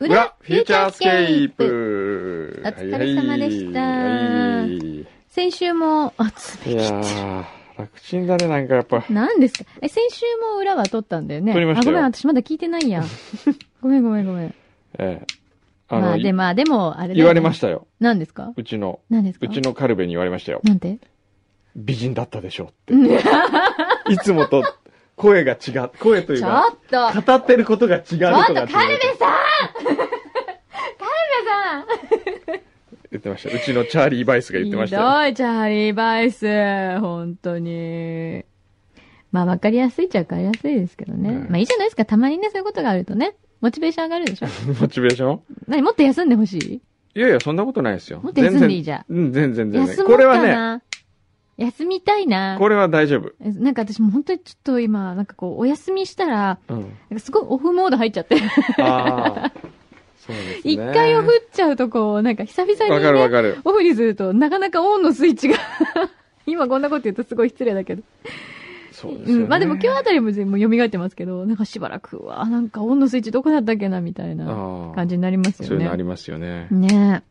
裏フューチャースケープお疲れ様でしたはいはい先週も、あ、ついべきやって。ー楽ちんだねなんかやっぱ何ですかえ、先週も裏は撮ったんだよね。撮りましたよあ、ごめん、私まだ聞い てないや。ごめんごめんごめん。ええあの、まあで、まあでも、あれだよね言われましたよ何ですかうちの何ですうかちのカルベに言われましたよなんて美人だったでしょう っていつもと声が違う声というちょかっとちょっ語ってることが違うととかカってルベさんカル ベさん言ってましたうちのチャーリー・バイスが言ってましたよひどい、チャーリー・バイス。本当に。まあ、わかりやすいっちゃわかりやすいですけどね。うんまあ、いいじゃないですか。たまにね、そういうことがあるとね。モチベーション上がるでしょモチベーション何もっと休んでほしいいやいや、そんなことないですよ。もっと休んでいいじゃん全然うん、全然全休然。もこうれはかね、な、休みたいな。これは大丈夫。えなんか私もう本当にちょっと今、なんかこう、お休みしたら、 うん。なんかすごいオフモード入っちゃって。ああ。そうですね。一回オフっちゃうとこう、なんか久々に、ね。わかるわかる。オフにすると、なかなかオンのスイッチが。 今こんなこと言うとすごい失礼だけど。そうですうよね。ん。まあでも今日あたりも全部蘇ってますけど、なんかしばらくは、なんかオンのスイッチどこだったっけな、みたいなああ感じになりますそよういうのあねり。ますよね。ね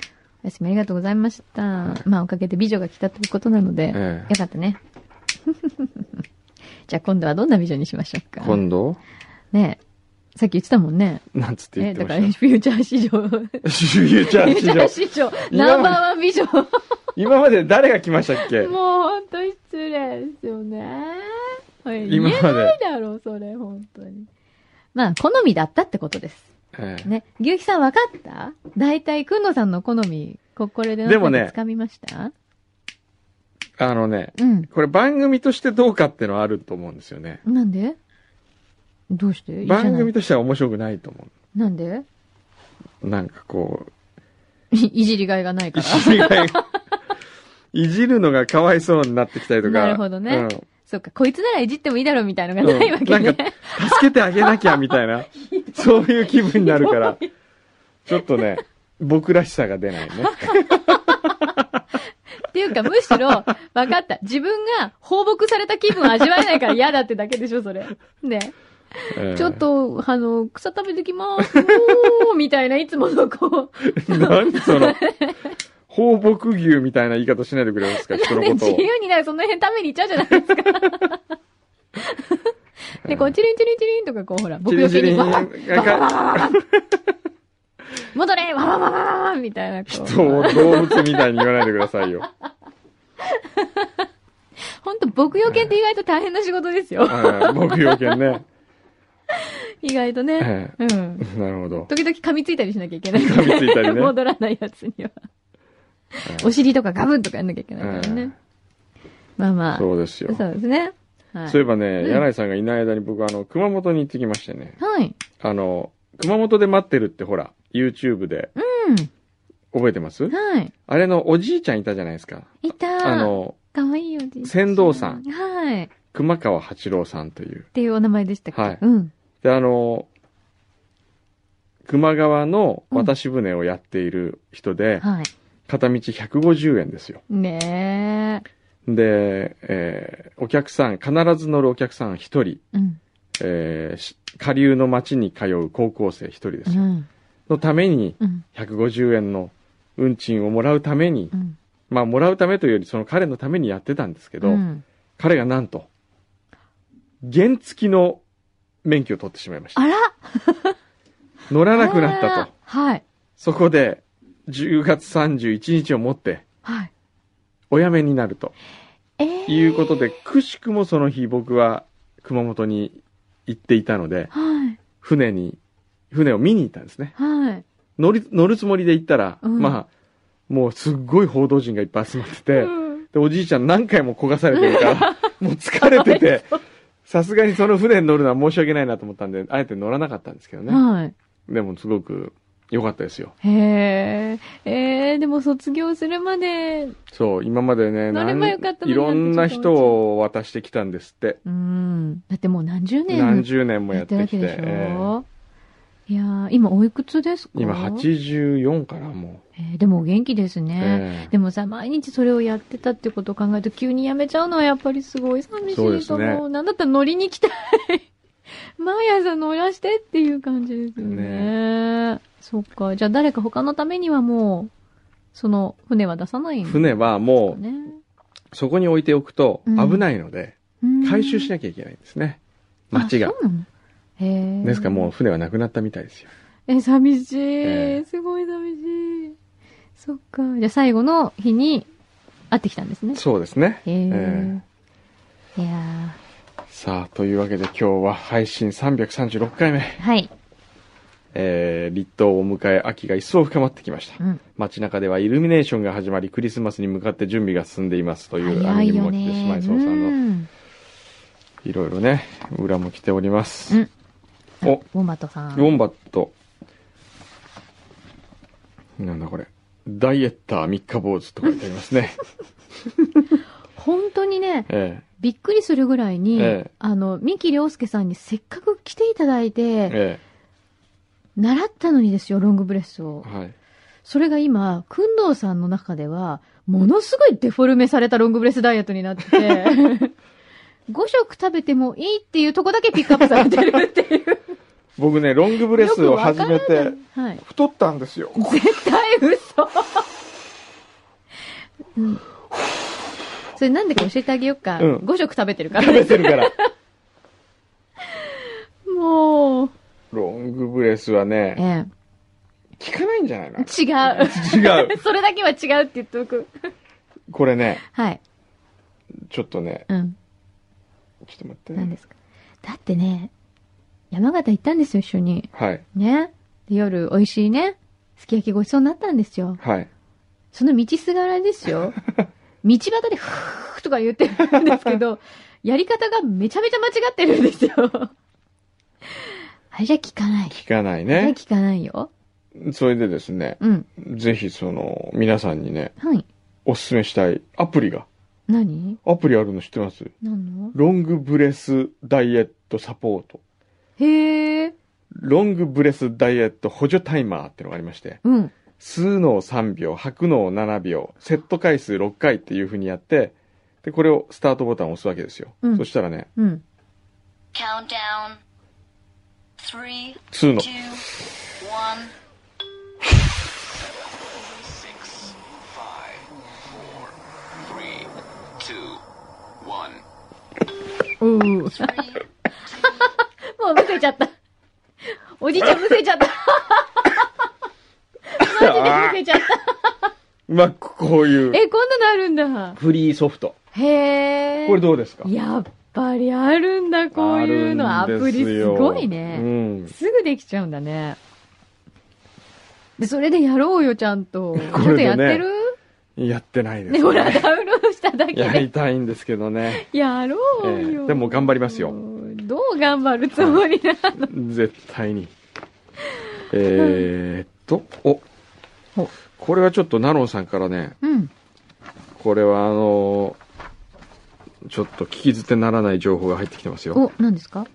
え。お休みありがとうございました。まあおかげで美女が来たということなので、ええよかったね。 じゃあ今度はどんな美女にしましょうか。今度ねえ。さっき言ってたもんね。なんつって言ねってだまからフしューチャー市場。フた。シューチャューー チ市ャー場。市場、 今までナンバーワン美女。も今まで誰が来ましたっけう本当に失礼ですよね。はい今まで言えないだろう、それ、本当に。まあ、好みだったってことです。ええね。牛木さん分かった大体、くんのさんの好み、こ、これででもねつかみましたあのね、うん。これ番組としてどうかってのはあると思うんですよね。なんでどうしていいじゃない番組としては面白くないと思なんでう。なんかこう、 いじりがいがないかいら。じり がいいじるのがかわいそうになってきたりとか。なるほどねうんそっか、こいつならいじってもいいだろうみたいのがうんないわけなねん。か助けてあげなきゃみたいな、 そういう気分になるから、ちょっとね、僕らしさが出 ないね。っていうか、むしろ、分かった。自分が放牧された気分を味わえないから嫌だってだけでしょ、それ。ね。ええちょっ、 と、あの、草食べてきます。おーみたいな、いつも のこう、何その、放牧牛みたいな言い方しないでくれますか、人のね、こ自とを。由になる、その辺食べに行っちゃうじゃないで すか。で、こう、チリンチリンチリンとか、こう、ほら、僕よけチリンに、チリンわわなんか戻れわわわわわみたいな、こ人をう。動物みたいに言わないでくださいよ。ほんと、牧羊犬って意外と大変な仕事ですよ。うん牧羊犬ね。意外とね。えうん。えなるほど。時々噛みついたりしなきゃいけない。噛みついたりね 戻らないやつには。お尻とかガブンとかやんなきゃいけないからね。まあまあ。そうですよ。そうですね。はい。そういえばね、うん柳井さんがいない間に僕、あの、熊本に行ってきましてね。はい。あの、熊本で待ってるってほら、YouTube でう覚えてますん。はい。あれのおじいちゃんいたじゃないですか。いたー。あの、かわいいおじいちゃん。船頭さんはい。っ熊川八郎さんという。ていうお名前でしたっけはいうん。で、あの、熊川の渡し船をやっている人で、はい。片道150円ですよ。ねで、えーお客さん、必ず乗るお客さん一人、え。うん。えーし下流の町に通う高校生一人でうすよ。ん。のために、うん。 150円の運賃をもらうために、うん。まあ、もらうためというより、その彼のためにやってたんですけど、うん彼がなんと、原付きの免許を取ってしまいました。あら乗らなくなったとと。。はい。そこで、10月31日をもって、はい。お辞めになるとえーいうことで、くしくもその日僕は熊本に行っていたので、はい。船に、船を見に行ったんですね。はい。乗り、乗るつもりで行ったら、うんまあ、もうすっごい報道陣がいっぱい集まってて、うんで、おじいちゃん何回も焦がされて るから、もう疲れてて、さすがにその船に乗るのは申し訳ないなと思ったんで、あえて乗らなかったんですけどね。はい。でもすごくよかったですよ。へえ。えー、でも卒業するまで、そう、今までね、乗ればなんよかったのにいろんななんかちょっと人を渡してきたんですって。うん。だってもう何十年何十年もややっってるてわきけて。でしょ。ええいやー、今おいくつですか今、84かな、もう。えーでもお元気ですね。ええでもさ、毎日それをやってたってことを考えると、急に辞めちゃうのはやっぱりすごい寂しいそとう思でう。すねなんだったら乗りに来たい。 毎朝乗らしてっていう感じですよね。そっか。じゃあ誰か他のためにはもう、その船は出さないんですかね。船はもう、そこに置いておくとうん危ないので、うん回収しなきゃいけないんですね。町あがそ。うなのへーですからもう船はなくなったみたいですよ。え、寂しい、ええすごい寂しい。そっか。じゃあ最後の日に会ってきたんですね。そうですね。へええいやさあ、というわけで今日は配信336回目。ーはい。えー立冬を迎え秋が一層深まってきました、うん街中ではイルミネーションが始まりクリスマスに向かって準備が進んでいますという早兄いによもね来てしまいそうさんのん。いろいろね裏も来ております、うんおウォンバットさん。ウォンバットなんだこれダイエッター三日坊主と書いてあります ね本当にね、えびっくりするぐらいに、ええあの、三木亮介さんにせっかく来ていただいて、ええ習ったのにですよ、ロングブレスをえ。はいそれが今、くんどうさんの中では、ものすごいデフォルメされたロングブレスダイエットになってて、5食食べてもいいっていうとこだけピックアップされてるっていう。僕ねロングブレスを始めよくわてからないはい。太ったん ですよ絶対嘘。うん。それなんでか教えてあげようか。うん5食食べてるから食でべすて。るからもう。ロングブレスはねええ。効かないんじゃないの違う。違うそれだけは違うって言っておく。これねはい。ちょっとね、うん。ちょっと待って何でね。すか。だってね、山形行ったんですよ、一緒に。はい、ね。で夜、美味しいね、すき焼きごちそうになったんですよ。はい。その道すがらですよ。道端で、ふーとか言ってるんですけど、やり方がめちゃめちゃ間違ってるんですよ。あれじゃ効かない。聞かないあれね。じゃ効かないよ。それでですね、うん。ぜひその、皆さんにね、はい。おすすめしたいアプリが、何アプリあるの知ってます何のロングブレスダイエットサポート。へえ。ロングブレスダイエット補助タイマーってのがありまして、うん。吸うのを3秒、吐くのを7秒、セット回数6回っていう風にやって、で、これをスタートボタンを押すわけですよ。うんそしたらね、うん。 Countdown. Three, 吸うの two, one. six, five, four, three, two, one. うー。もうむせちゃった。おじいちゃんむせちゃった。マジでむせちゃった。まあ、こういう、え、こんなのあるんだ。フリーソフト。へえ。これどうですかやっぱりあるんだ、こういうの。アあるんプですリよすごいうね。ん。すぐできちゃうんだね。で、それでやろうよ、ちゃ んと。ちょっでねとやってるやってないですね、ほら、ダウンロードしただけやで。りたいんですけど ねやろうえよ。えでも頑張りますよどう頑張るつもりなの絶対 にえー、っとおおこれはちょっとナロンさんからねうん。これはあのーちょっと聞き捨てならない情報が入ってきてますよお、何ですか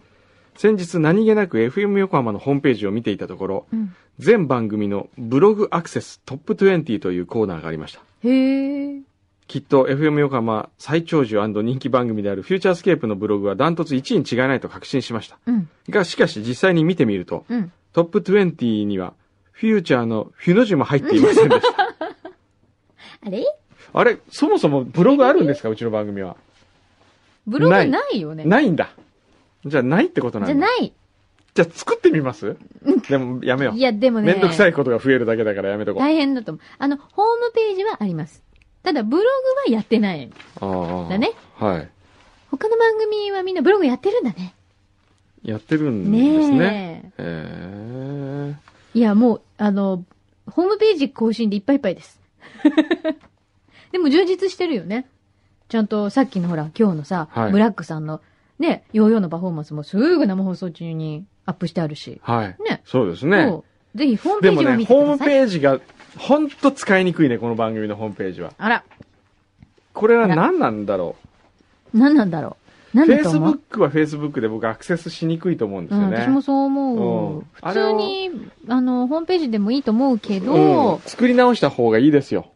先日何気なく FM 横浜のホームページを見ていたところうん。全番組のブログアクセストップ20というコーナーがありましたへえ。きっと FM 横浜最長寿人気番組であるフューチャースケープのブログはダントツ1位に違いないと確信しましたうん。がしかし実際に見てみるとうん。トップ20には、フューチャーのフュの字も入っていませんで した。あれあれ、そもそもブログあるんですかうちの番組は。ブログないないよね。ないんだ。じゃあないってことなんじだ。ゃない。じゃあ作ってみますでもやめよう。いや、でもね。めんどくさいことが増えるだけだからやめとこう。大変だと思う。あの、ホームページはあります。ただ、ブログはやってない。ああ。だね。はい。他の番組はみんなブログやってるんだね。やってるんですね。ねえーえ。いや、もう、あの、ホームページ更新でいっぱいいっぱいです。 でも充実してるよね。ちゃんとさっきのほら、今日のさ、はいブラックさんのね、ヨーヨーのパフォーマンスもすぐ生放送中にアップしてあるし。はい。ねそうですね。そうぜひホームペでーもジをね見てホーくだムさい。ページがほんと使いにくいねこの番組のホームページはあら、これは何なんだろ何なんだろう。う何フだェイとスブ思ッう、クはフェイスブックで僕アクセスしにくいと思うんでうすよん、ね、私もそう思う。うん普通にあ、の、ホームページでもいいと思うけうど、ん作り直した方がいいですよ、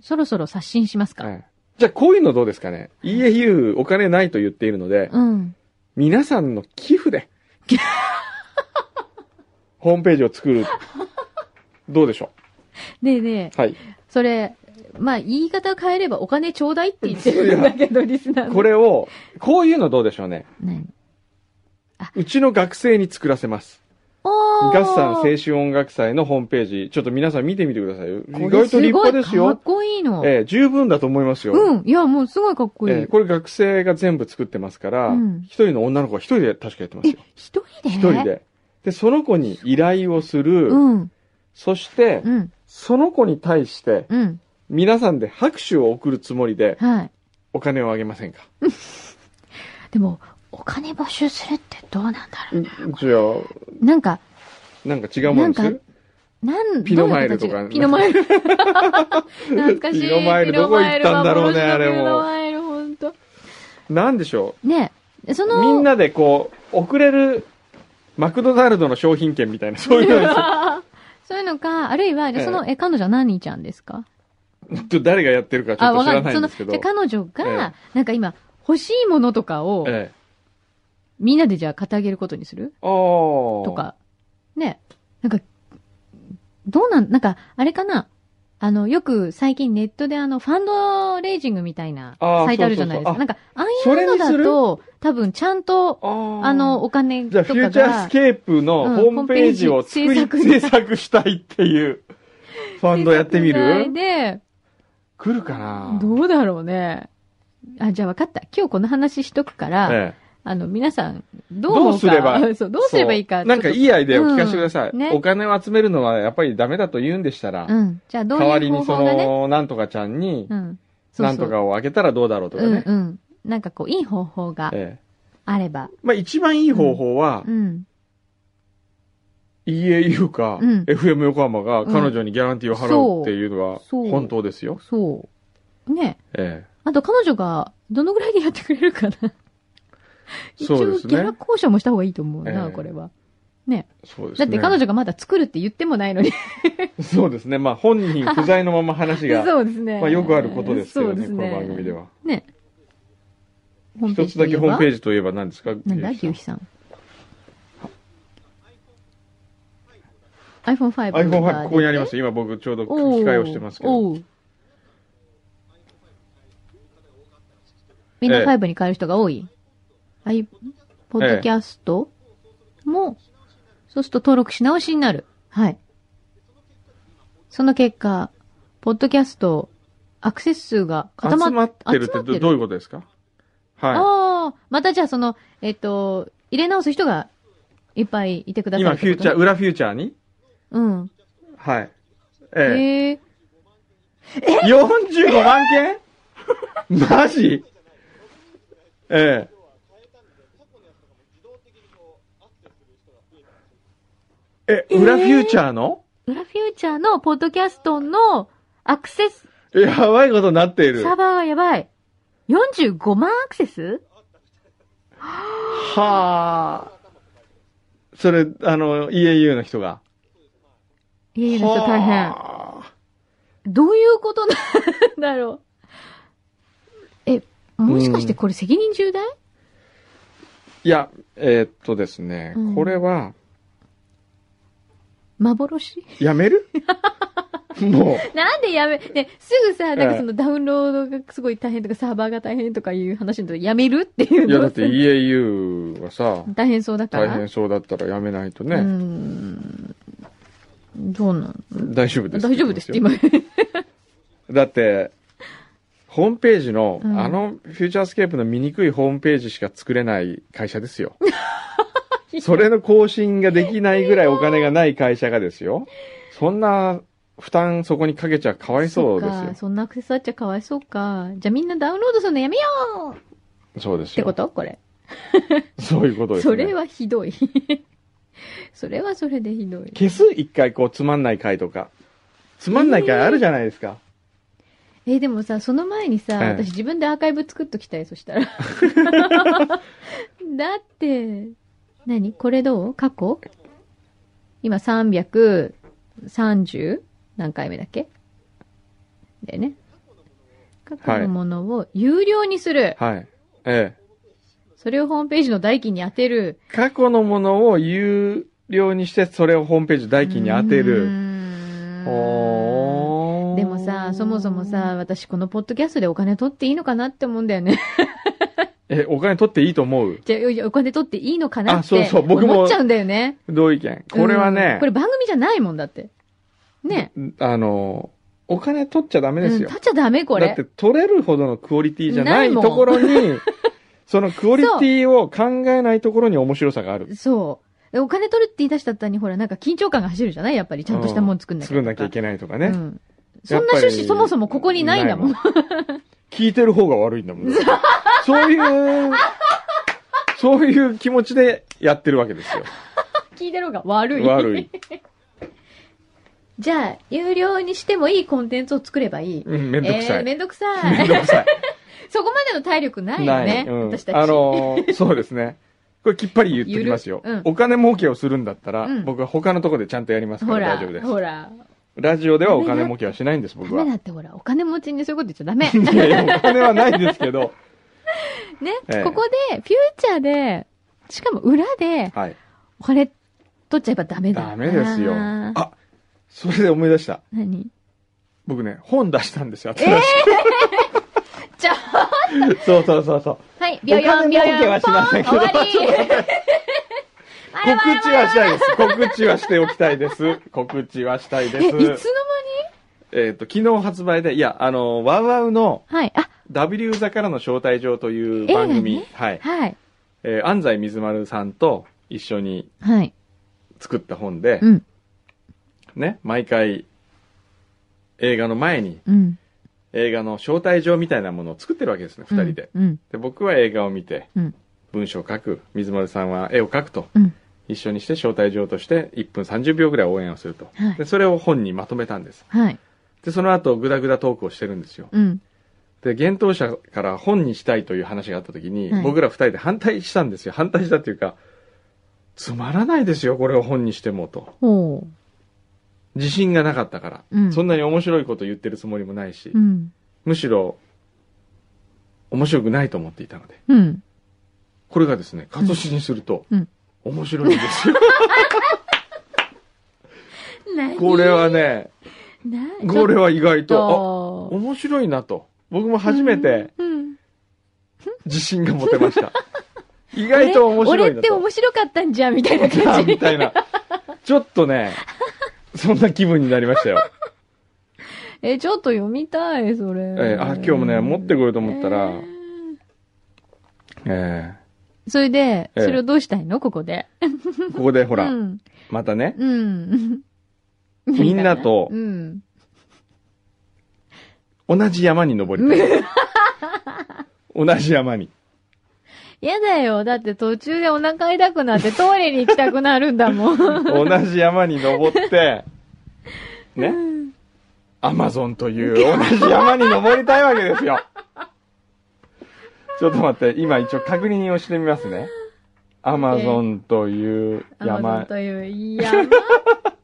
そろそろ刷新しますか。はいじゃあこういうのどうですかね EAU お金ないと言っているので、うん。皆さんの寄付でホームページを作るどうでしょねえねうはいえ、それ、まあ、言い方を変えればお金ちょうだいって言ってるんだけど、リスナーのこ。れをこういうのどうでしょうね何うちの学生に作らせますおーガッサン青春音楽祭のホームページ、ちょっと皆さん見てみてくださいよ。こ意外れと立派ですごいかよっ。こいいの。ええ十分だと思いますよ。うん。いや、もうすごいかっこいい。ええこれ学生が全部作ってますから、一、うん人の女の子が一人で確かやってますえよ。、一人で一人。で。で、その子に依頼をする、うん。そして、うん。その子に対して、うん。皆さんで拍手を送るつもりで、はい。お金をあげませんか。でも、お金募集するってどうなんだろじゃあ、う。なんか、なんか違うもんにすなんるかなん、ピノマイルとかどういう形がピノマ イル。懐かしい。ピノマイルどこ行ったんだろうねあれもピノマイル、ほんと。なんでしょ。ねえそうの、みんなでこう、送れる、マクドナルドの商品券みたいな、そういうのにする そういうのか、あるいは、ええその、え、彼女は何ちゃんですかと誰がやってるかちょっとわ知らかんないそんの、ですけど。じゃあ彼女が、なんか今、欲しいものとかを、ええ。みんなでじゃあ買ってあげることにするああ。と。か。ね。なんか、どうなん、なんか、あれかなあの、よく最近ネットであの、ファンドレイジングみたいなあーサイトあるじゃないですか。そうそうそうあなんか、ああそいれうのにすだると、多分ちゃんと、あーあの、、お金じゃとあ、フュかーチャーがス、ケープのうんホームページを作り、ホームページ制制作したいっていう、ファンドやってみるで、来るかなどうだろうね。あ、じゃあ分かった。今日この話しとくから、ええあの、皆さん、どう思うかどうすれば そう、どうすればいいか。そうなんかいいアイデアを聞かせてください。うんねお金を集めるのはやっぱりダメだと言うんでしたら、うん。じゃあ、どう代わいりう方にそ法がね。の、なんとかちゃんに、うん。そうそうなんとかをあげたらどうだろうとかね。うんうん。なんかこう、いい方法がええあれば。まあ一番いい方法はう、ん。 EAU か、うん FM 横浜が彼女にギャランティーを払うっていうのがそう本当ですよ。そう。ね。えあと彼女が、どのぐらいでやってくれる かな。え、一そ応、うですギャねラ。交渉もした方がいいと思うな、ええこれは。そうですだね。って彼女がまだ作るって言ってもないのに。 そうですね。まあ本人不在のまま話 が、そうですね。まあよくあることですけどね、そうこの番組で。は。ね。ホームペー一ジつだけホームペーージといえば何ですかなんだ、牛牛肥肥さん。さん iPhone5。。?iPhone5、ここにありますす。今僕ちょうど書きおー換えをしてますけど。おーみんなええ5に変える人が多い。はい。ポッドキャストも、そうすると登録し直しになる。はい。その結果、ポッドキャスト、アクセス数が集固まっまってるって集まってどるどういうことですかはああ、またじゃあその、えっと、入れ直す人がいっぱいいてくだい。さ今るっフュてーこチャー、とね。裏フューチャーにうん。はい。えへえ。え。45万件マジええ。え、裏フューチャーの裏フューチャーのポッドキャストのアクセス、やばいことになっている。サーバーがやばい。45万アクセスはあ。それ、あの、EAU の人が。いやいや、ちょっと大変。はあどういうことなんだろう。え、もしかしてこれ責任重大いや、えーっとですね、うんこれは、幻やめ るもなんでやめ、ね、すぐさ、なんえかえ。そのダウンロードがすごい大変とか、サーバーが大変とかいう話のとやめるっていうういや、だって EAU はさ、大変そうだか大ら。変そうだったらやめないとうーね、ん。どうなん大丈夫です。大丈夫ですって言いま今。よだって、ホームページの、うんあの、フューチャースケープの醜いホームページしか作れない会社ですよ。 それの更新ができないぐらいお金がない会社がですよ。そんな負担そこにかけちゃかわいそうですよ。っかそんなアクセスあっちゃかわいそうか。じゃあみんなダウンロードするのやめようっそうですよ。てことこれ。そういうことです、そね。れはひどい。 それはそれでひどい。消す一回こう、つまんない回とか。つまんない回あるじゃないですか。えーでもさ、その前にさ、ええ私自分でアーカイブ作っときたい、そした ら。だって、何これどう過去今330何回目だっけだよね。過去のものを有料にする、はい。ええ。それをホームページの代金に当てる。過去のものを有料にして、それをホームページ代金に当てうーる。んほーでもさ、そもそもさ、、私このポッドキャストでお金取っていいのかなって思うんだよね。 え、お金取っていいと思うじゃあいやお金取っていいのかなあっそうてそう僕も思っちゃうんだよね。同意見。これはね、うんこれ番組じゃないもんだって。ね。あの、お金取っちゃダメですうんよ。立っちゃダメこだれって。取れるほどのクオリティじゃなないいもんところ に、そのクオリティを考えないところに面白さがある。そう。でお金取るって言い出したったに、ほら、なんか緊張感が走るじゃないやっぱり、ちゃんとしたもん作んなきゃ。作んなきゃいけないとかね。うん。そんな趣旨そもそもここにないんだもん。な聞いてる方が悪いんだもん。そういう、そういう気持ちでやってるわけですよ。聞いてる方が悪い。悪い。じゃあ、有料にしてもいいコンテンツを作ればいい。うん、めんどくさえーい。めんどくさめんい。どくさい。そこまでの体力ないよね。うん私たち。あのーそうですね。これきっぱり言ってきますよ。ゆるうんお金儲けをするんだったら、うん僕は他のところでちゃんとやりますかほらら、大丈夫です。ほら。ラジオではお金儲けはしないんです、ダ僕は。メだいってほら、お金持ちにそういうこと言っちゃ ダメ。やいや、お金はないですけど。ね、ええここで、フューチャーで、しかも裏で、はい。これ、取っちゃえばダメだ。ダメですよ。あーあ、それで思い出した。何僕ね、本出したんですよ、新しい。ちょっそうそうそうそう。はい、ビヨヨン、お金ビヨヨン、儲けはしませんけポどン終わ りあらわ告知はしたいです。告知はしておきたいです。告知はしたいえ、いつの間にです。えっと、昨日発売で、いや、あの、ワウワウのはい、あ、 W 座からの招待状という映画番組ね、はい。はい、えー安西水丸さんと一緒にはい、作った本でう、ん、ね、毎回、映画の前にうん。映画の招待状みたいなものを作ってるわけですね、二人で。うん。で、僕は映画を見てうん、文章を書く、水丸さんは絵を描くと、うん一緒にして招待状として1分30秒ぐらい応援をすると。はいで、それを本にまとめたんです。うん、はい、で、その後、ぐだぐだトークをしてるんですよ。うん、で、幻冬者から本にしたいという話があった時に、はい僕ら二人で反対したんですよ。反対したっていうか、つまらないですよ、これを本にしてもと。ほ自信がなかったから。うんそんなに面白いこと言ってるつもりもないし、う、うん、むしろ、面白くないと思っていたので。うん。これがですね、活字にするとうん、面白いんですよ。何これはね、何これは意外ちと、あ、ょっと面白いなと。僕も初めてうん。自信が持てました。意外と面白い俺なってと。面白かったんじゃんみたいな感じ み。たいな。ちょっとね、そんな気分になりましたよ。え、ちょっと読みたい、それ。 えーあ、今日もね、持ってこようと思ったら、ええーそれで、ええそれをどうしたいのここで。ーここでほらう、ん。またね、うん。みんなとうん。同じ山に登り たい。同じ山に。やだよ。だって途中でお腹痛くなってトイレに行きたくなるんだもん。同じ山に登って、ね、アマゾンという同じ山に登りたいわけですよ。ちょっと待って、今一応確認をしてみます ね。アマゾンというアマゾン 山、という山。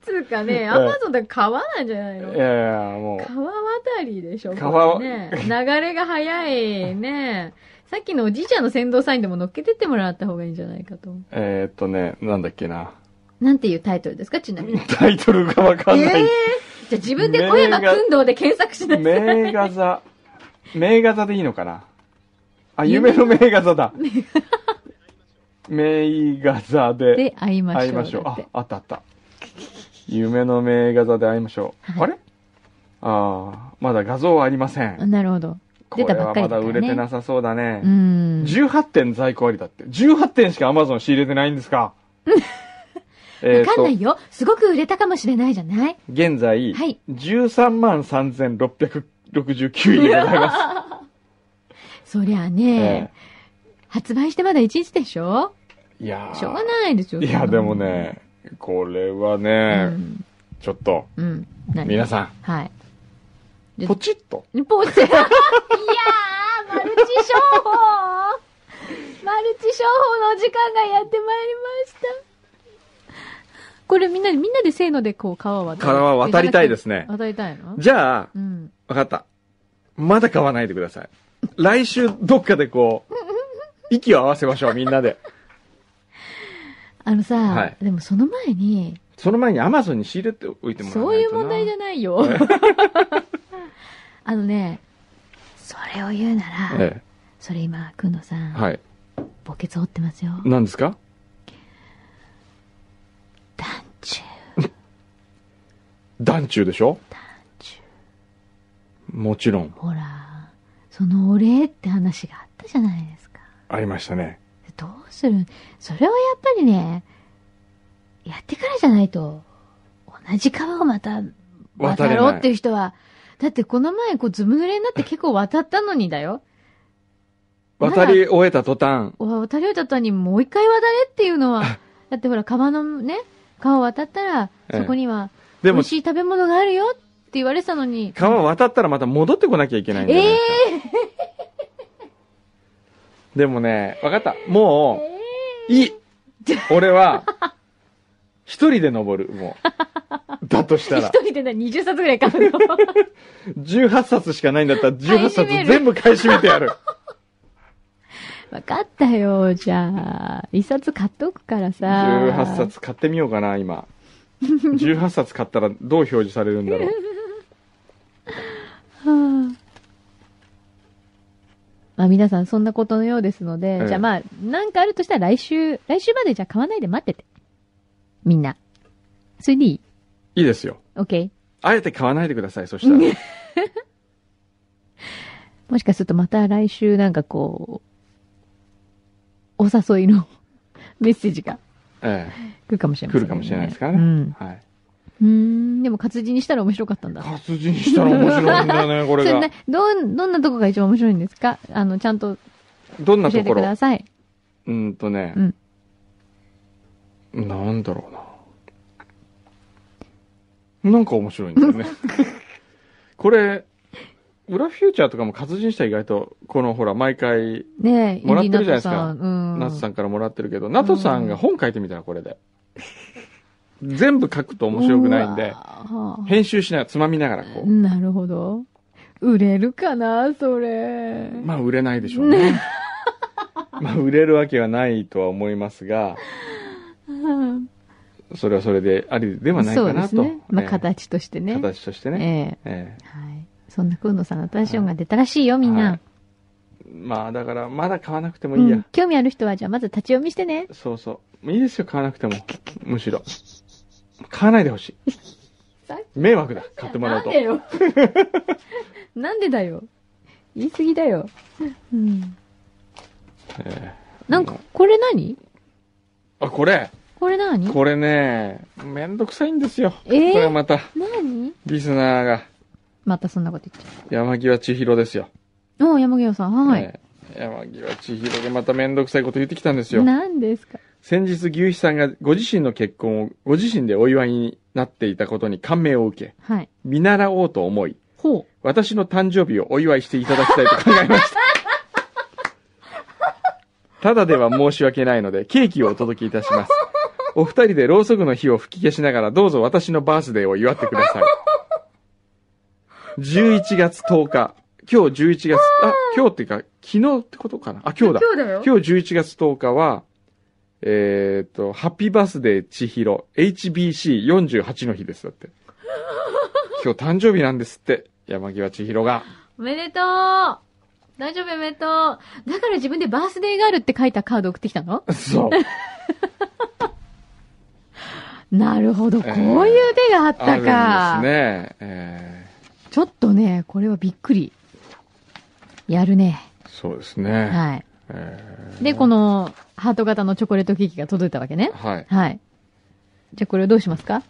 つう かね、アマゾンって川なんじゃないえのえもう、川渡りでしょ川これね。流れが早 いね。さっきのおじいちゃんの先導サインでも乗っけてってもらった方がいいんじゃないかと。えー、っとね、なんだっけな。 なんていうタイトルですかちなみに。タイトルがわかんない。えじゃあ自分で小山君堂で検索しなさい。名画座。名画座でいいのかなあ、夢の名画 座だ。名画座で。で、会いましょう。会いましょう。だっあて、あったあった。夢の名画座で会いましょう。あれああ、まだ画像はありません。なるほど。こ出れたばはっかりまだだからね売れてなさそうだねう。ん。 18点在庫ありだって。18点しか Amazon 仕入れてないんですかえわっかんとない、よ。すごく売れたかもしれないじゃない現在はい、 13万3669位でございます。そりゃあえね、発売してまだ1日でしょえいやーしょうがないですよ。いや、でもね、これはね、うん。ちょっと、うん。何皆さはい。ん、でポチッと。ポーチ。いやー、マルチ商法マルチ商法のお時間がやってまいりました。これみんなで、みんなでせーのでこう川を渡る川は渡りたいですね渡りたいのじゃあ、うん。わかった。まだ買わないでください。来週、どっかでこ う、息を合わせましょう、みんなで。あのさ、はいでもその前に、そその前にアマゾンに仕入れておいてもらわうないいうとな問題じゃな いよ。あのね、それを言うなら、えそれ今、くんのさえ。ん、はい。墓穴折ってますよ。何ですか団中、団中でしょ団中。もちろん。ほら、そのお礼って話があったじゃないですか。ありましたね。どうするそれはやっぱりね、やってからじゃないと、同じ川をまた渡渡れないろうっていう人は、だってこの前こうずぶ濡れになって結構渡ったのにだよ。渡り終えた途端、わ渡り終えた後にもう一回渡れっていうの は、だってほら川のね、川を渡ったら、ええそこには美でも味しい食べ物があるよって言われてたのに。川渡ったらまた戻ってこなきゃいけないんだよ、えねえでもね、わかった。もう、いい俺は、一人で登る、も う。だとした一ら、人でな20冊ぐらい買うの。 18冊しかないんだったら18冊買い占める全部買い占めてやる。わかったよ、じゃあ。一冊買っとくからさ。 18。冊買ってみようかな、 今。18冊買ったらどう表示されるんだろう。まあ皆さんそんなことのようですので、ええじゃあまあ、なんかあるとしたら来週、来週までじゃあ買わないで待ってて。みんな。それでいいいいですよ。 ?OK? あえて買わないでください、そしたら。もしかするとまた来週なんかこう、お誘いの メッセージがえ来るかもしえ、れませ来ん、るかもしれないですからうねん。。はい。うーん、でも活字にしたら面白かったんだ。活字にしたら面白いんだよね、こそれれが ね。、どん、どんなとこが一番面白いんですかあの、ちゃんとどんな教とえてこくろださい。うんとね、うんなんだろうな。なんか面白いんだよ ね。これ、裏フューチャーとかも活字にしたら意外と、このほら、毎回、ねえ、もらってるじゃないインディですかナトさんうん。ナツさんからもらってるけど、ナトさんが本書いてみたら、これで。全部書くと面白くないんうで、わー編集しながら、つまみながらこう。なるほど。売れるかな、それ。まあ、売れないでしょうね。 まあ、売れるわけはないとは思いますが、うんそれはそれでありではないかなと。そうですね。まあ、ええ形としてね。形としてね。えええはい。そんなくんのさんの新しい音が出たらしいよ、みんな。はいえまあだからまだ買わなくてもういいや、ん興味ある人は、じゃあまず立ち読みしてね。そうそういいですよ買わなくてもむしろ買わないでほしいさっ迷惑だ買ってもらなうんと でよ。なんでだよ。言い過ぎだよ。うん。えなんか、これ何あこれこれ何これねめんどくさいんですよ、ええこれはまた何リスナーがまたそんなこと言っちゃ山際千尋ですよ、う。おう山際さん、はい。ええ山際千尋がまためんどくさいこと言ってきたんですよ何ですか先日牛肥さんがご自身の結婚をご自身でお祝いになっていたことに感銘を受けはい。見習おうと思いほ私の誕生日をお祝いしていただきたいと考えました。ただでは申し訳ないので、ケーキをお届けいたします。お二人でろうそくの火を吹き消しながら、どうぞ私のバースデーを祝ってください。11月10日。今日11月、あ、今日っていうか、昨日ってことかなあ、今日だ。う。だよ今日11月10日は、えっ、と、ハッピーバースデー千尋、HBC48 の日です、だっ て。今日誕生日なんですって、山際千尋が。おめでとう大丈夫おめでとうだから自分でバースデーガールって書いたカード送ってきたの そう。なるほど、こえーういう手があったあかるん。ですね。えちょっとね、これはびっくり。やるね。ーそうですね。はい。えーで、このハート型のチョコレートケーキが届いたわけね。はい。はい。じゃあこれをどうしますか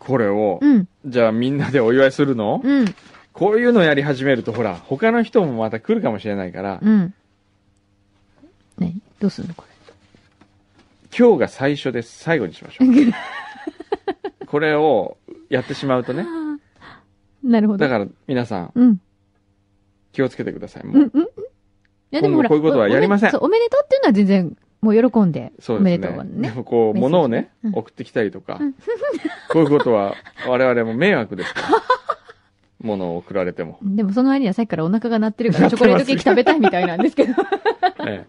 これをう、ん、じゃあみんなでお祝いするのうん、こういうのやり始めると、ほら、他の人もまた来るかもしれないから、うん。何どうするのこれ。今日が最初です。最後にしましょ う。これをやってしまうとね。なるほど。だから皆さん、うん。気をつけてください。うもんううんうん。いやでもほら、今後こういうことはやりませんおおめそうおめでとうっていうのは全然、もう喜んで、そうおめですでとね。うはでね。もこう、メッセージ物をねう、ん送ってきたりとか、こういうことは我々も迷惑です から。物を送られても。でもその割にはさっきからお腹が鳴ってるか鳴 らっチてョコレまーすトケーキ食べたいみたいなんですけど。え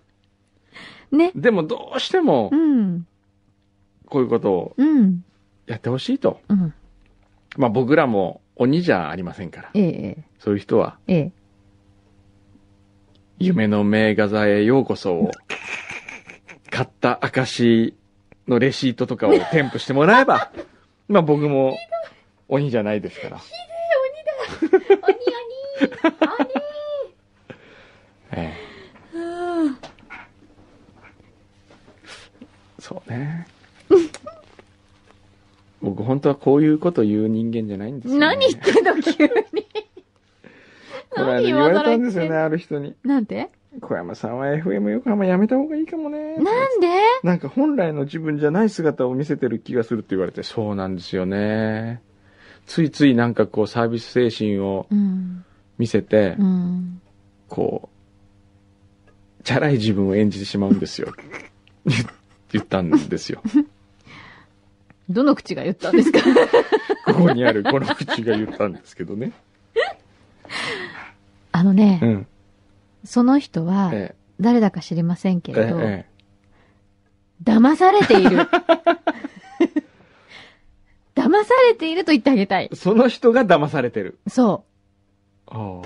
ね。えでもどうしてもう、ん。こういうことをうん。やってほしいと。うん。まあ僕らも鬼じゃありませんから。ええ、そういう人は、ええ、ええ。夢の名画座へようこそを、買った証のレシートとかを添付してもらえ ば、まあ僕も鬼じゃないですから。鬼鬼 ええ、そうね。僕本当はこういうこと言う人間じゃないんですよ、ね。何言ってんの急に。この間何言わ言われさたれんてですよね、ある人に。なんて小山さんは FM 横浜やめた方がいいかもね。なんでなんか本来の自分じゃない姿を見せてる気がするって言われて、そうなんですよね。ついついなんかこうサービス精神をうん。見せて、うん。こう、チャラい自分を演じてしまうんですよ。 言言ったんですよ。どの口が言った んですかここにあるこの口が言ったんですけどね。あのね、うん。その人はえ誰だか知りませんけえ、れど、え騙されている。 騙されていると言ってあげたいえ。。その人が騙されてる。そああ。う。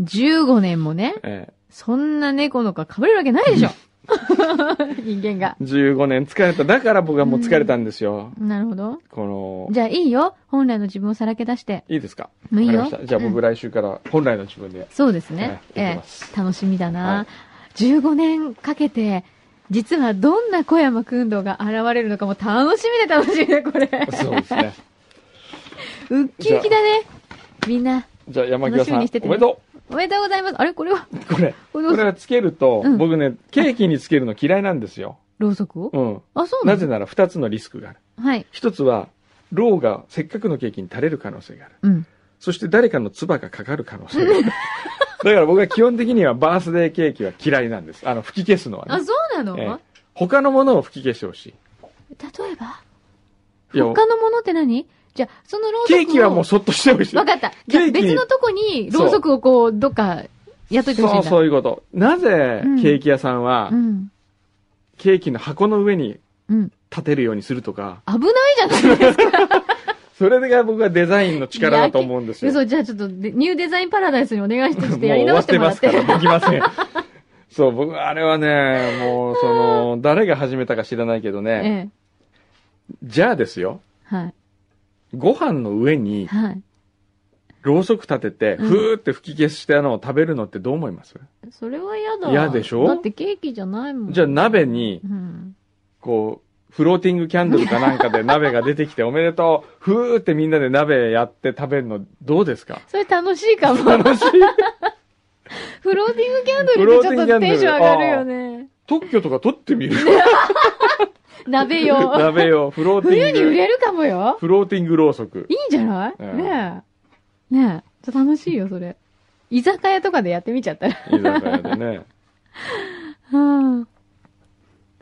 15年もね、えそんな猫の皮被れるわけないでしょ。 人間が。え。15年疲れた。だから僕はもう疲れたんですよ。なるほど。この、じゃあいいよ。本来の自分をさらけ出して。いいですかもういいわよかりました。じゃあうん僕来週から本来の自分で。そうですね。ええやってみまえすえ、楽しみだな、はい15年かけて、実はどんな小山くんどが現れるのかも楽しみで楽しみで、これ。そうですね。ウッキウキだね。みんな、じゃあ山際さん、お楽しみにめしてでてとねうこおめでとうございます。あれこれは、れ、ここれれはつけると、うん僕ね、ケーキにつけるの嫌いなんですよ。ろうそくを、うん。あ、そうななのぜなら二つのリスクがある。はい。一つは、ローがせっかくのケーキに垂れる可能性がある。うん。そして誰かの唾がかかる可能性があ る。だから僕は基本的にはバースデーケーキは嫌いなんです。あの、吹き消すのはあ、ね。そうなの、ええ他のものを吹き消してほし例えばい。いや、他のものって何じゃあ、そのろうそくを。ケーキはもうそっとしてほしい。わかった。じゃあケーキに別のとこに、ろうそくをこう、どっか、やっといてほしそいんだ。う、そういうこと。なぜうん、ケーキ屋さんは、うん。ケーキの箱の上にうん。立てるようにするとか、危ないじゃないですか。それが僕はデザインの力だと思うんですよ。嘘、じゃあちょっとで、ニューデザインパラダイスにお願いして、ちょっとやり終直わっしててもらまっすから、て。できません。 そう、僕、あれはね、もう、その、誰が始めたか知らないけどね、ええ。じゃあですよ、はい。ご飯の上にはい。ろうそく立てて、うんふーって吹き消したのを食べるのってどう思いますそれは嫌だ。嫌でしょだってケーキじゃないもん。じゃあ、鍋にう、ん。こう、フローティングキャンドルかなんかで鍋が出てきて、おめでとう、ふーってみんなで鍋やって食べるのどうですかそれ楽しいか も。楽しい。フローティングキャンドルってちょっとテンション上がるよね。特許とか取ってみる鍋よ。鍋よ、フローティング。冬に売れるかもよ。フローティングろうそくい。いんじゃない、うんねえ。ねえ。ちょっと楽しいよ、それ。居酒屋とかでやってみちゃったら。居酒屋でね。うん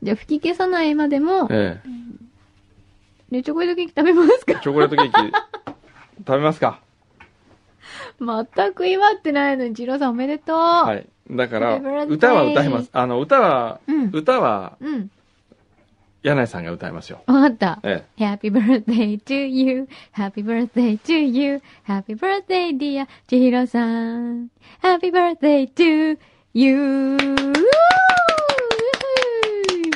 じゃあ、吹き消さないまでも、 ええ。ね、チョコレートケーキ食べますか チョコレートケーキ、食べますか全く祝ってないのに、ジローさんおめでとう。。はいい。だから、 Happy birthday 歌は歌います。あの、歌は、うん。歌は、うん。柳井さんが歌いますよ。わかった。え Happy birthday to you, happy birthday to you, happy birthday dear 千尋さん。Happy birthday to you! ウーおめでとえ。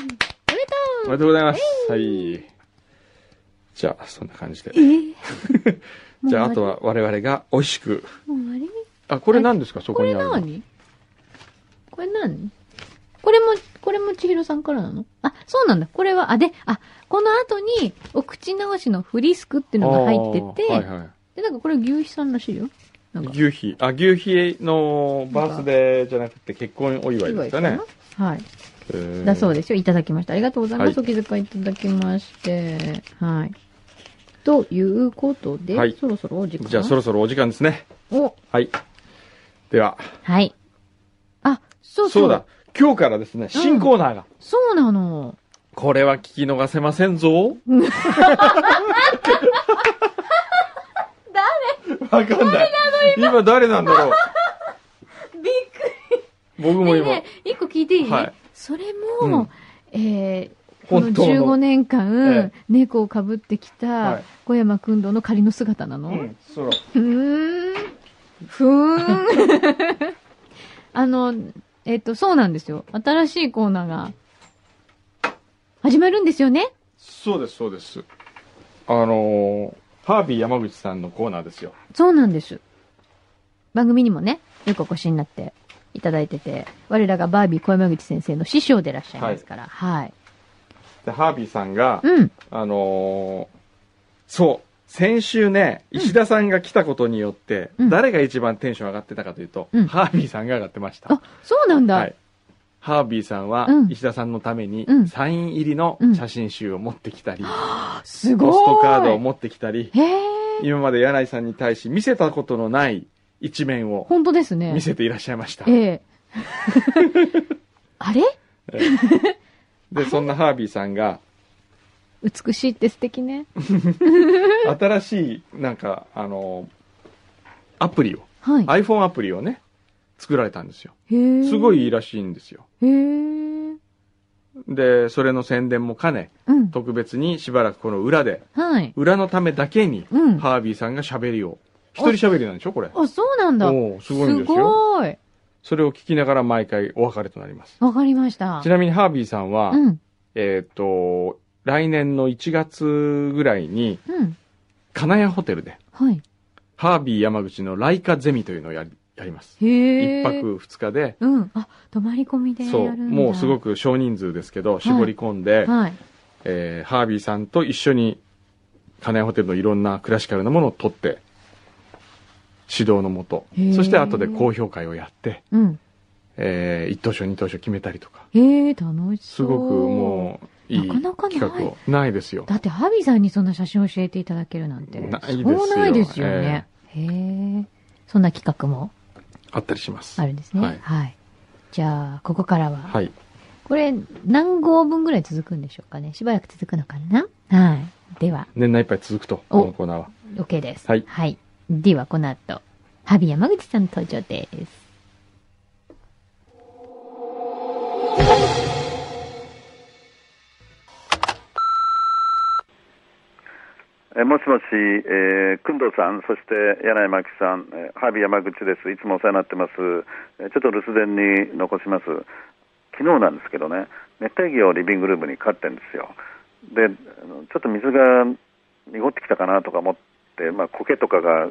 おうめでとうございます。はい。じゃあ、そんな感じで。えー じゃあ、もう終わりあとは我々が美味しく。もう終わりあ、これ何ですかそここにれあるの。何これ何これも、これも千尋さんからなのあ、そうなんだ。これは、あ、で、あ、この後に、お口直しのフリスクっていうのが入ってて、あーはいはい。で、なんかこれ牛皮さんらしいよ。なんか、牛皮。あ、牛皮のバースデーじゃなくて結婚お祝いですかね。はい。だそうでですよ。いただきました。ありがとうございます。はいお気遣いいただきまして。はい。ということで、はいそろそろお時間じゃあそろそろお時間ですね。お、はい。では、はい。あ、そうそう。そうだ。今日からですね、新コーナーが。そうなの。これは聞き逃せません ぞ。誰わかんない。今誰なんだろう。びっく僕もり今ね、え一個聞いていい、はいそれも、えー、この本当の15年間え、猫をかぶってきたはい小山君堂の仮の姿なの、うん、そう。うーん。ふーん。 あの、えっと、そうなんですよ。新しいコーナーが、始まるんですよねそうです、そうです。あのーハービー山口さんのコーナーですよ。そうなんです。番組にもね、よくお越しになっていただいてて、我らがバービー小山口先生の師匠でいらっしゃいますから、はい。で、ハービーさんが、うん。あのーそう、先週ね、石田さんが来たことによって、うん誰が一番テンション上がってたかというと、うんハービーさんが上がってました。あ、そうなんだ。はい。ハービーさんはうん、石田さんのためにうん、サイン入りのうん写真集を持ってきたり、すごい。ポストカードを持ってきたり、へえ、今まで柳井さんに対し見せたことのない一面を本当ですね。見せていらっしゃいました。ええ あれで、そんなハービーさんが、美しいって素敵ね。 新しい、なんか、あの、アプリを、はい。 iPhone アプリをね、作られたんですよ。へーすごいいいらしいんですよ。へえ。で、それの宣伝も兼ね、うん。特別にしばらくこの裏で、はい。裏のためだけに、うん。ハービーさんが喋りを。一人喋りなんでしょこれ。あ、そうなんだ。おーすごいんですよ。ごーいそれを聞きながら毎回お別れとなります。わかりましたち。なみにハービーさんは、うん。えーっと、来年の1月ぐらいに、うん。金谷ホテルで、はい。ハービー山口のライカゼミというのをやりやります。へえ。一泊二日で、うん。あ、泊まり込みでやるそんう、だ。もうすごく。く少人数ですけど、絞り込んで、はい。えーハービーさんと一緒に、金谷ホテルのいろんなクラシカルなものを撮って、指導のもとへー、そして後で高評価をやって、うん。えー一等賞二等賞決めたりとか、へえ、楽しすそう。ごくもう、いいなかなかない企画を。ないですよ。だって、ハビさんにそんな写真を教えていただけるなんて。ないですよそうないですよね。へえ。そんな企画もあったりします。あるんですね。はいはい。じゃあ、ここからは。はい。これ、何号分ぐらい続くんでしょうかね。しばらく続くのかなはい。では、年内いっぱい続くと、おこのコーナーは。 OK です。はいでは、この後、ハビ山口さんの登場です。えーもしもし、えー、工藤さん、そして柳井真紀さん、えー、ハービー山口です、いつもお世話になってます、えーちょっと留守電に残します、昨日なんですけどね、熱帯魚をリビングルームに飼ってるんですよ、で、あのちょっと水が濁ってきたかなとか思って、まあ、苔とかがあの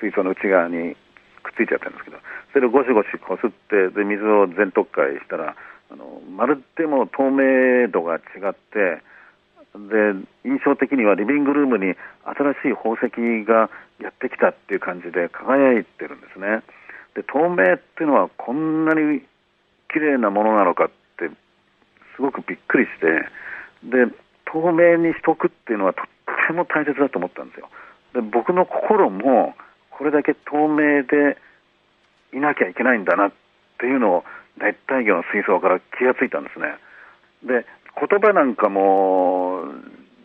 水槽の内側にくっついちゃったんですけど、それをゴシゴシこすって、で水を全特解したら、あのまるでもう透明度が違って、で印象的にはリビングルームに新しい宝石がやってきたっていう感じで輝いてるんですねで透明っていうのはこんなに綺麗なものなのかってすごくびっくりしてで透明にしとくっていうのはとっても大切だと思ったんですよで僕の心もこれだけ透明でいなきゃいけないんだなっていうのを熱帯魚の水槽から気がついたんですねで言葉なんかも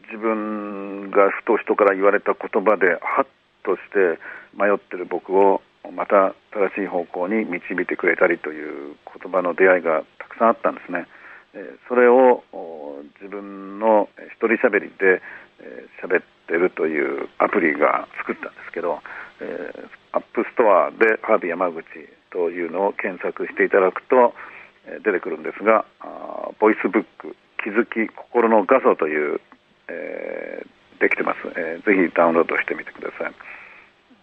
自分がふと人から言われた言葉でハッとして迷ってる僕をまた正しい方向に導いてくれたりという言葉の出会いがたくさんあったんですね。えーそれをお自分のえー一人喋りでえー喋ってるというアプリが作ったんですけど、えーアップストアでハービー山口というのを検索していただくと、えー出てくるんですが、あーボイスブック気づき心の画素という、えーできてます、えーぜひダウンロードしてみてください。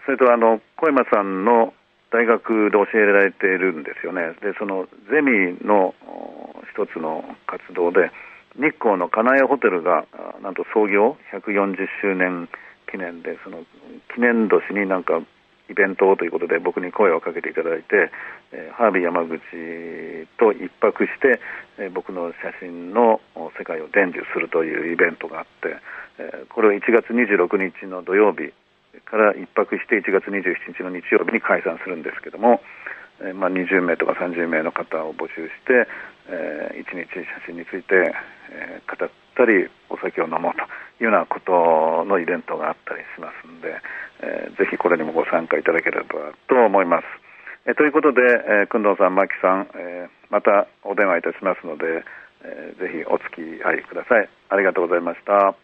それとあの小山さんの大学で教えられているんですよね。でそのゼミのお一つの活動で日光の金谷ホテルがあなんと創業140周年記念でその記念年になんかいイベントをということで僕に声をかけていただいて、えーハービー山口と一泊して、えー僕の写真のお世界を伝授するというイベントがあって、えーこれを1月26日の土曜日から一泊して1月27日の日曜日に解散するんですけども、えーまあ、20名とか30名の方を募集して、え1日写真について、えー語ったりお酒を飲もうというようなことのイベントがあったりしますんで、えーぜひこれにもご参加いただければと思います。えーということで、えー、くんどうさん、まきさん、えーまたお電話いたしますので、えーぜひお付き合いください。ありがとうございました。